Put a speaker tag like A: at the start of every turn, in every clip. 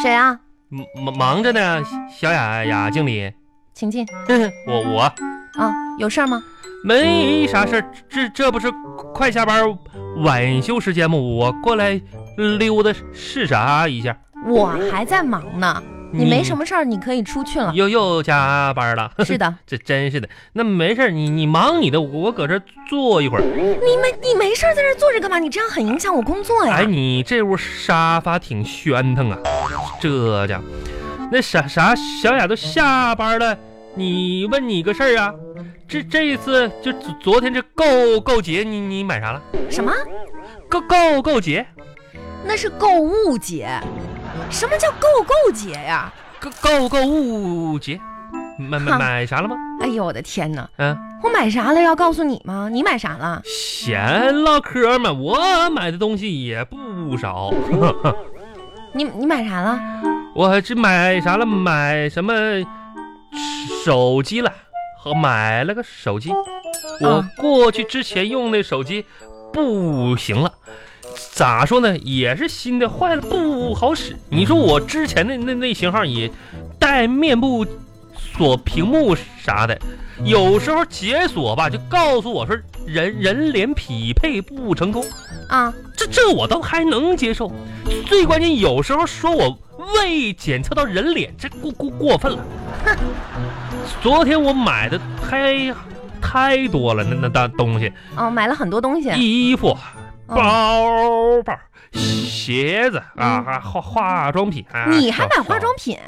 A: 谁啊？
B: 忙忙忙着呢，小雅雅经理，
A: 请进。
B: 我我
A: 啊，有事儿吗？
B: 没啥事儿，这这不是快下班晚休时间吗？我过来溜达视察一下。
A: 我还在忙呢，你没什
B: 么
A: 么事儿，你可以出去 了。
B: 又又加班了，
A: 是的，
B: 这真是的。那没事儿，你你忙你的，我搁这儿坐一会儿。
A: 你没你没事儿在这儿坐着干嘛？你这样很影响我工作呀。
B: 哎，你这屋沙发挺喧腾啊，这家伙，那啥啥小雅都下班了，你问你个事儿啊？这这一次就昨昨天这购购节，你你买啥了？
A: 什么？
B: 购购购节，
A: 那是购物节。什么叫购购节呀？
B: 购购购物节，买买
A: 哈
B: 买啥了吗？
A: 哎呦我的天哪！
B: 嗯、
A: 我买啥了要告诉你吗？你买啥了？
B: 闲唠嗑嘛，我买的东西也不少。
A: 你你买啥了？
B: 我这买啥了？买什么手机了？和买了个手机。我过去之前用那手机不行了，咋说呢？也是新的，坏了不好使。你说我之前的那那型号也带面部锁屏幕啥的，有时候解锁吧就告诉我说人人脸匹配不成功。
A: 啊，
B: 这这我倒还能接受，最关键有时候说我未检测到人脸，这过过过分了。昨天我买的太太多了，那那那东西，
A: 哦，买了很多东西。
B: 衣服、
A: 哦、
B: 包包、鞋子啊
A: 嗯
B: 啊，化化妆品。啊
A: 你还买
B: 手
A: 化妆品？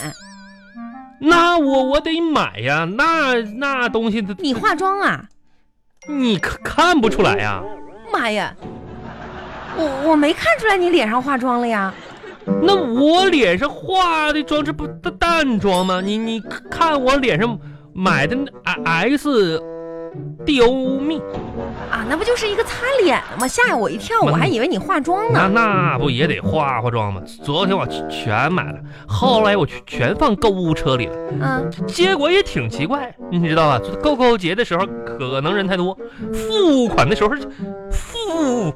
B: 那我我得买呀，那那东西它
A: 你化妆啊？
B: 你看看不出来呀？
A: 妈呀！我我没看出来你脸上化妆了呀！
B: 那我脸上化的妆，这不淡淡妆吗？你你看我脸上买的那 S D O 蜜，
A: 啊，那不就是一个擦脸的吗？吓我一跳，
B: 妈
A: 我还以为你化妆
B: 那
A: 呢。
B: 那不也得化化妆吗？昨天我全买了，后来我全全放购物车里了，
A: 嗯，
B: 结果也挺奇怪，你知道吧？购购节的时候可能人太多，付款的时候是付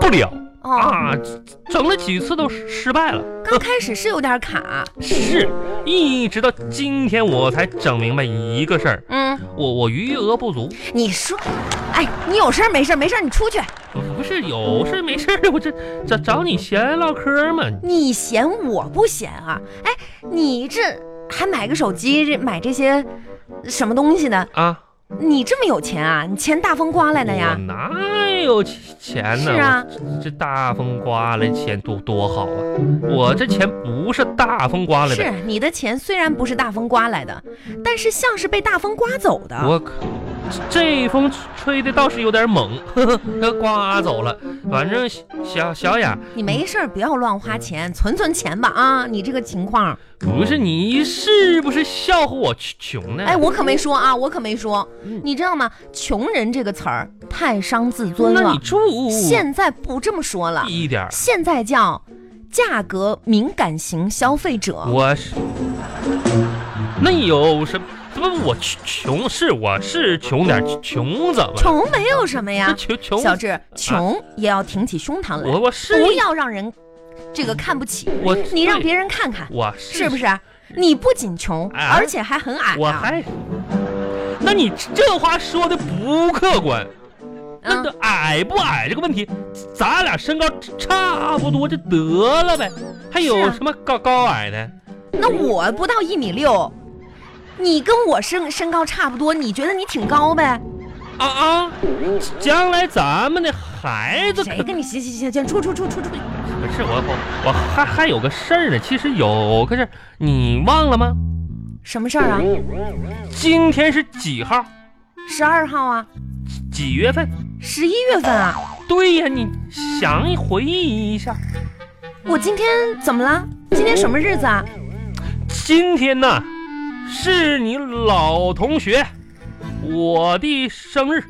B: 不了
A: 哦，
B: 啊，整了几次都失败了。
A: 刚开始是有点卡。
B: 是，一直到今天我才整明白一个事儿，
A: 嗯，
B: 我我余额不足，
A: 你说，哎，你有事儿没事儿？没事儿你出去。
B: 不是有事没事儿，我这找找你闲唠嗑嘛。
A: 你嫌我不嫌啊？哎，你这还买个手机，这买这些什么东西的？
B: 啊，
A: 你这么有钱啊？你钱大风刮来的
B: 我
A: 呀？
B: 哪有钱呢？
A: 是啊
B: 我这这大风刮来钱多多好啊！我这钱不是大风刮来
A: 是
B: 的，
A: 你的钱虽然不是大风刮来的，但是像是被大风刮走的。
B: 我可这风吹的倒是有点猛，呵呵，刮走了。反正小小雅
A: 你没事儿不要乱花钱，存存钱吧啊！你这个情况，
B: 不是你是不是笑话我穷呢？
A: 哎，我可没说啊，我可没说
B: 嗯。
A: 你知道吗？“穷人”这个词儿太伤自尊
B: 那
A: 了
B: 你，住
A: 现在不这么说了，
B: 一点儿，
A: 现在叫价格敏感型消费者。
B: 我是。那有什么？这不我穷穷是我是穷点儿，穷怎么了？
A: 穷没有什么
B: 这
A: 呀，
B: 穷穷，啊
A: 小智，穷也要挺起胸膛来
B: 我，我是
A: 不要让人这个看不起，
B: 我
A: 你让
B: 对
A: 别人看看
B: 我是
A: 是不？是？你不仅穷，
B: 哎
A: 而且还很矮
B: 我
A: 啊！
B: 还，那你这话说的不客观。那
A: 嗯
B: 个矮不矮这个问题，咱俩身高差不多就得了呗，还
A: 是
B: 有
A: 啊
B: 什么高高矮的？
A: 那我不到一米六，你跟我身身高差不多，你觉得你挺高呗？
B: 啊啊！将来咱们的孩子可
A: 谁跟你行行行行出出出出出！
B: 不是我我我还还有个事儿呢，其实有个事儿你忘了吗？
A: 什么事儿啊？
B: 今天是几号？
A: 十二号啊，
B: 几月份？
A: 十一月份啊，
B: 对呀，你想一回忆一下，
A: 我今天怎么了？今天什么日子啊？
B: 今天呢是你老同学我的生日。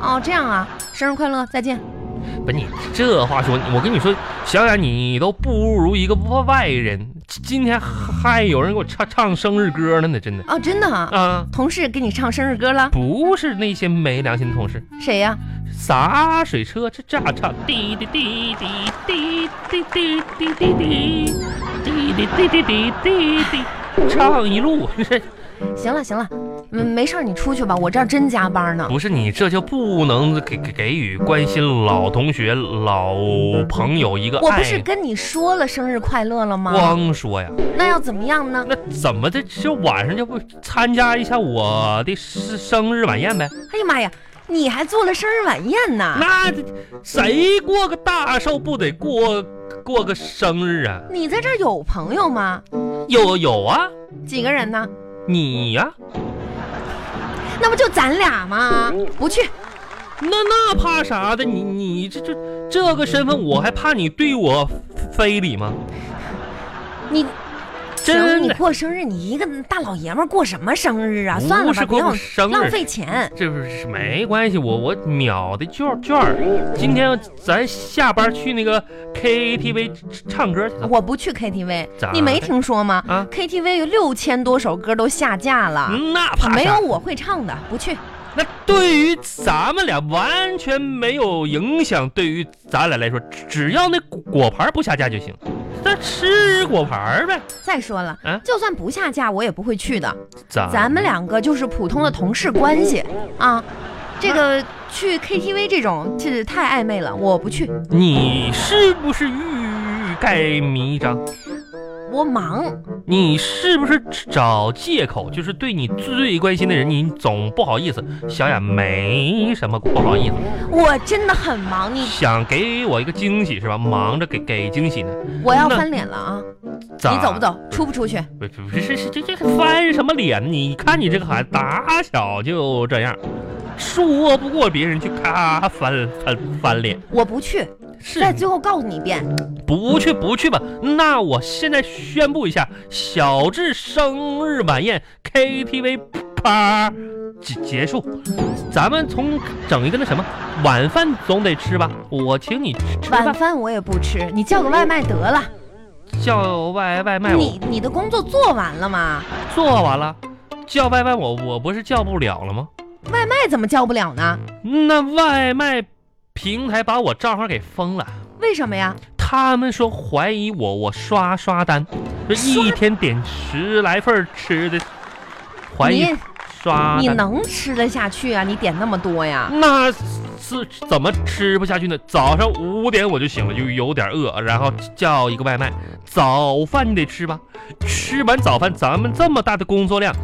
A: 哦，这样啊，生日快乐，再见。
B: 不，你这话说，我跟你说，小雅你都不如一个外人。今天还有人给我唱唱生日歌了呢，真的
A: 哦，真的啊，
B: 啊，
A: 同事给你唱生日歌了？
B: 不是那些没良心的同事。
A: 谁呀、
B: 洒水车这这唱滴滴滴滴滴滴滴滴滴滴滴滴滴滴滴滴滴滴滴，唱一路。 这
A: 行了行了，嗯，没事儿，你出去吧，我这儿真加班呢。
B: 不是你这就不能给给给予关心老同学、老朋友一个
A: 我不是
B: 爱？
A: 跟你说了生日快乐了吗？
B: 光说呀，
A: 那要怎么样呢？
B: 那怎么的？这晚上就不参加一下我的生生日晚宴呗？
A: 哎呀妈呀，你还做了生日晚宴呢？
B: 那谁过个大寿不得过过个生日啊？
A: 你在这儿有朋友吗？
B: 有有啊，
A: 几个人呢？
B: 你呀、
A: 那不就咱俩吗？不去，
B: 那那怕啥的？你你这这这个身份，我还怕你对我非礼吗？
A: 你行，
B: 真
A: 你
B: 的，
A: 过生日，你一个大老爷们儿过什么生日啊？算了
B: 不
A: 吧，
B: 是
A: 不
B: 过
A: 要
B: 过生
A: 浪
B: 日，
A: 费钱。
B: 这不是没关系，我我秒的券券儿。今天咱下班去那个 KTV 唱歌去了
A: 我不去 KTV，
B: 嗯咋
A: 你没听说吗
B: 啊
A: ？KTV 有六千多首歌都下架了，
B: 嗯那怕啥
A: 没有我会唱的，不去。
B: 那对于咱们俩完全没有影响。对于咱俩来说，只只要那果盘不下架就行。那吃果盘呗，
A: 再说了，
B: 啊
A: 就算不下架，我也不会去的。
B: 咱
A: 咱们两个就是普通的同事关系
B: 嗯
A: 啊。这个去 KTV 这种，这太暧昧了，我不去，
B: 你是不是欲盖弥彰？
A: 我忙。
B: 你是不是找借口？就是对你最关心的人，你总不好意思。小雅没什么不好意思，
A: 我真的很忙，你
B: 想给我一个惊喜是吧？忙着给给惊喜呢。
A: 我要
B: 那
A: 翻脸了啊！
B: 咋
A: 你走不？走？出不出去？
B: 不不是是这这翻什么脸呢？你看你这个孩子打小就这样，说不过别人就咔翻翻翻脸。
A: 我不去。
B: 是嗯
A: 再最后告诉你一遍，
B: 不去不去吧，那我现在宣布一下，小智生日晚宴 KTV 啪结结束，咱们从整一个那什么晚饭总得吃吧，我请你吃吃
A: 晚
B: 饭，
A: 饭我也不吃，你叫个外卖得了。
B: 叫外外卖我
A: 你你的工作做完了吗？
B: 做完了，叫外卖我我不是叫不了了吗？
A: 外卖怎么叫不了呢？
B: 那外卖平台把我账号给封了。
A: 为什么呀？
B: 他们说怀疑我，我刷刷单，这一天点十来份儿吃的，怀疑
A: 你
B: 刷
A: 你
B: 单，
A: 能吃得下去啊？你点那么多呀？
B: 那是怎么吃不下去呢？早上五点我就醒了，就有点饿，然后叫一个外卖。早饭你得吃吧，吃完早饭咱们这么大的工作量，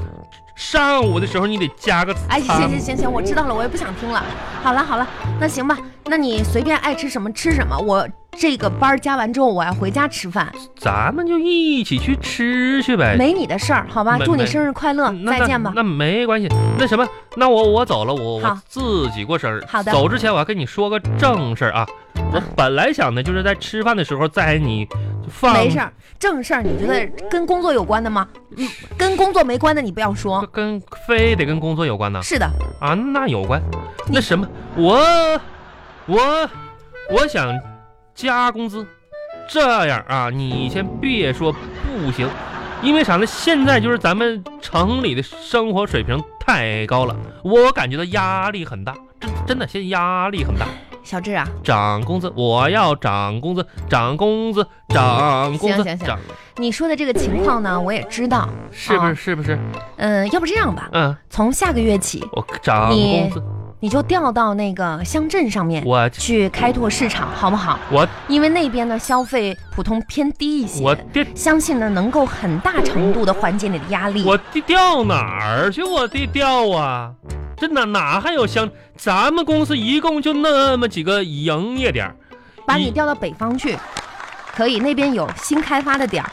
B: 上午的时候你得加个
A: 哎，行
B: 餐
A: 行行行，我知道了，我也不想听了。好了好了，那行吧，那你随便爱吃什么吃什么。我这个班儿加完之后，我要回家吃饭，
B: 咱们就一起去吃去呗。
A: 没你的事儿，好吧？
B: 哎没
A: 祝你
B: 没
A: 生日快乐，
B: 那
A: 再见吧。
B: 那。那没关系，那什么，那我我走了，我
A: 好
B: 我自己过生日。
A: 好的
B: 走之前我要跟你说个正事儿啊。我本来想的就是在吃饭的时候，在你放
A: 没事儿，正事儿，你觉得跟工作有关的吗？嗯，跟工作没关的你不要说。
B: 跟非得跟工作有关呢
A: 是的，
B: 啊，那有关。
A: 你
B: 那什么，我我我想加工资，这样啊，你先别说不行，因为啥呢？现在就是咱们城里的生活水平太高了，我感觉到压力很大，真真的现在压力很大。
A: 小智啊，
B: 涨工资，我要涨工资，涨工资，涨工
A: 行行
B: 资，
A: 行
B: 涨，
A: 你说的这个情况呢，我也知道。
B: 是不
A: 啊
B: 是？是不是？
A: 嗯，要不这样吧，
B: 嗯，
A: 从下个月起，
B: 我涨工资，
A: 你就调到那个乡镇上面
B: 我
A: 去开拓市场，好不好？
B: 我
A: 因为那边的消费普通偏低一
B: 我
A: 些，
B: 这
A: 相信呢能够很大程度的缓解你的压力。
B: 我地调哪儿去？我地调啊！这哪哪还有乡？咱们公司一共就那么几个营业点儿，
A: 把你
B: 一
A: 调到北方去，可以，那边有新开发的点儿，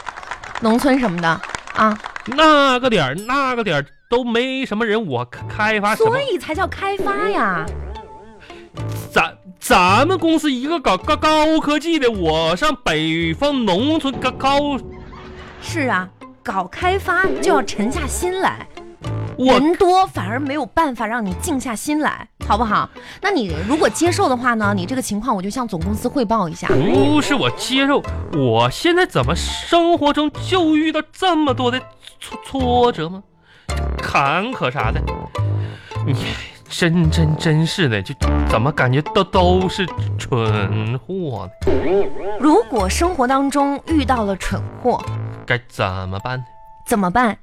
A: 农村什么的啊，
B: 那个点儿那个点儿都没什么人，我开开啊发什么
A: 所？以才叫开发呀。
B: 咱咱们公司一个搞高高科技的，我上北方农村高高，
A: 是啊，搞开发就要沉下心来，
B: 我
A: 人多反而没有办法让你静下心来，好不好？那你如果接受的话呢，你这个情况我就向总公司汇报一下。
B: 不是我接受，我现在怎么生活中就遇到这么多的挫挫折吗？坎坷啥的，你真真真是的，就怎么感觉都都是蠢货呢？
A: 如果生活当中遇到了蠢货，
B: 该怎么办呢？
A: 怎么办？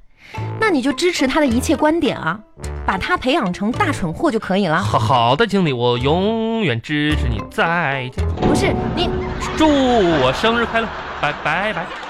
A: 那你就支持他的一切观点啊，把他培养成大蠢货就可以了。
B: 好好的，经理，我永远支持你。再见，
A: 不是你，
B: 祝我生日快乐，拜拜拜。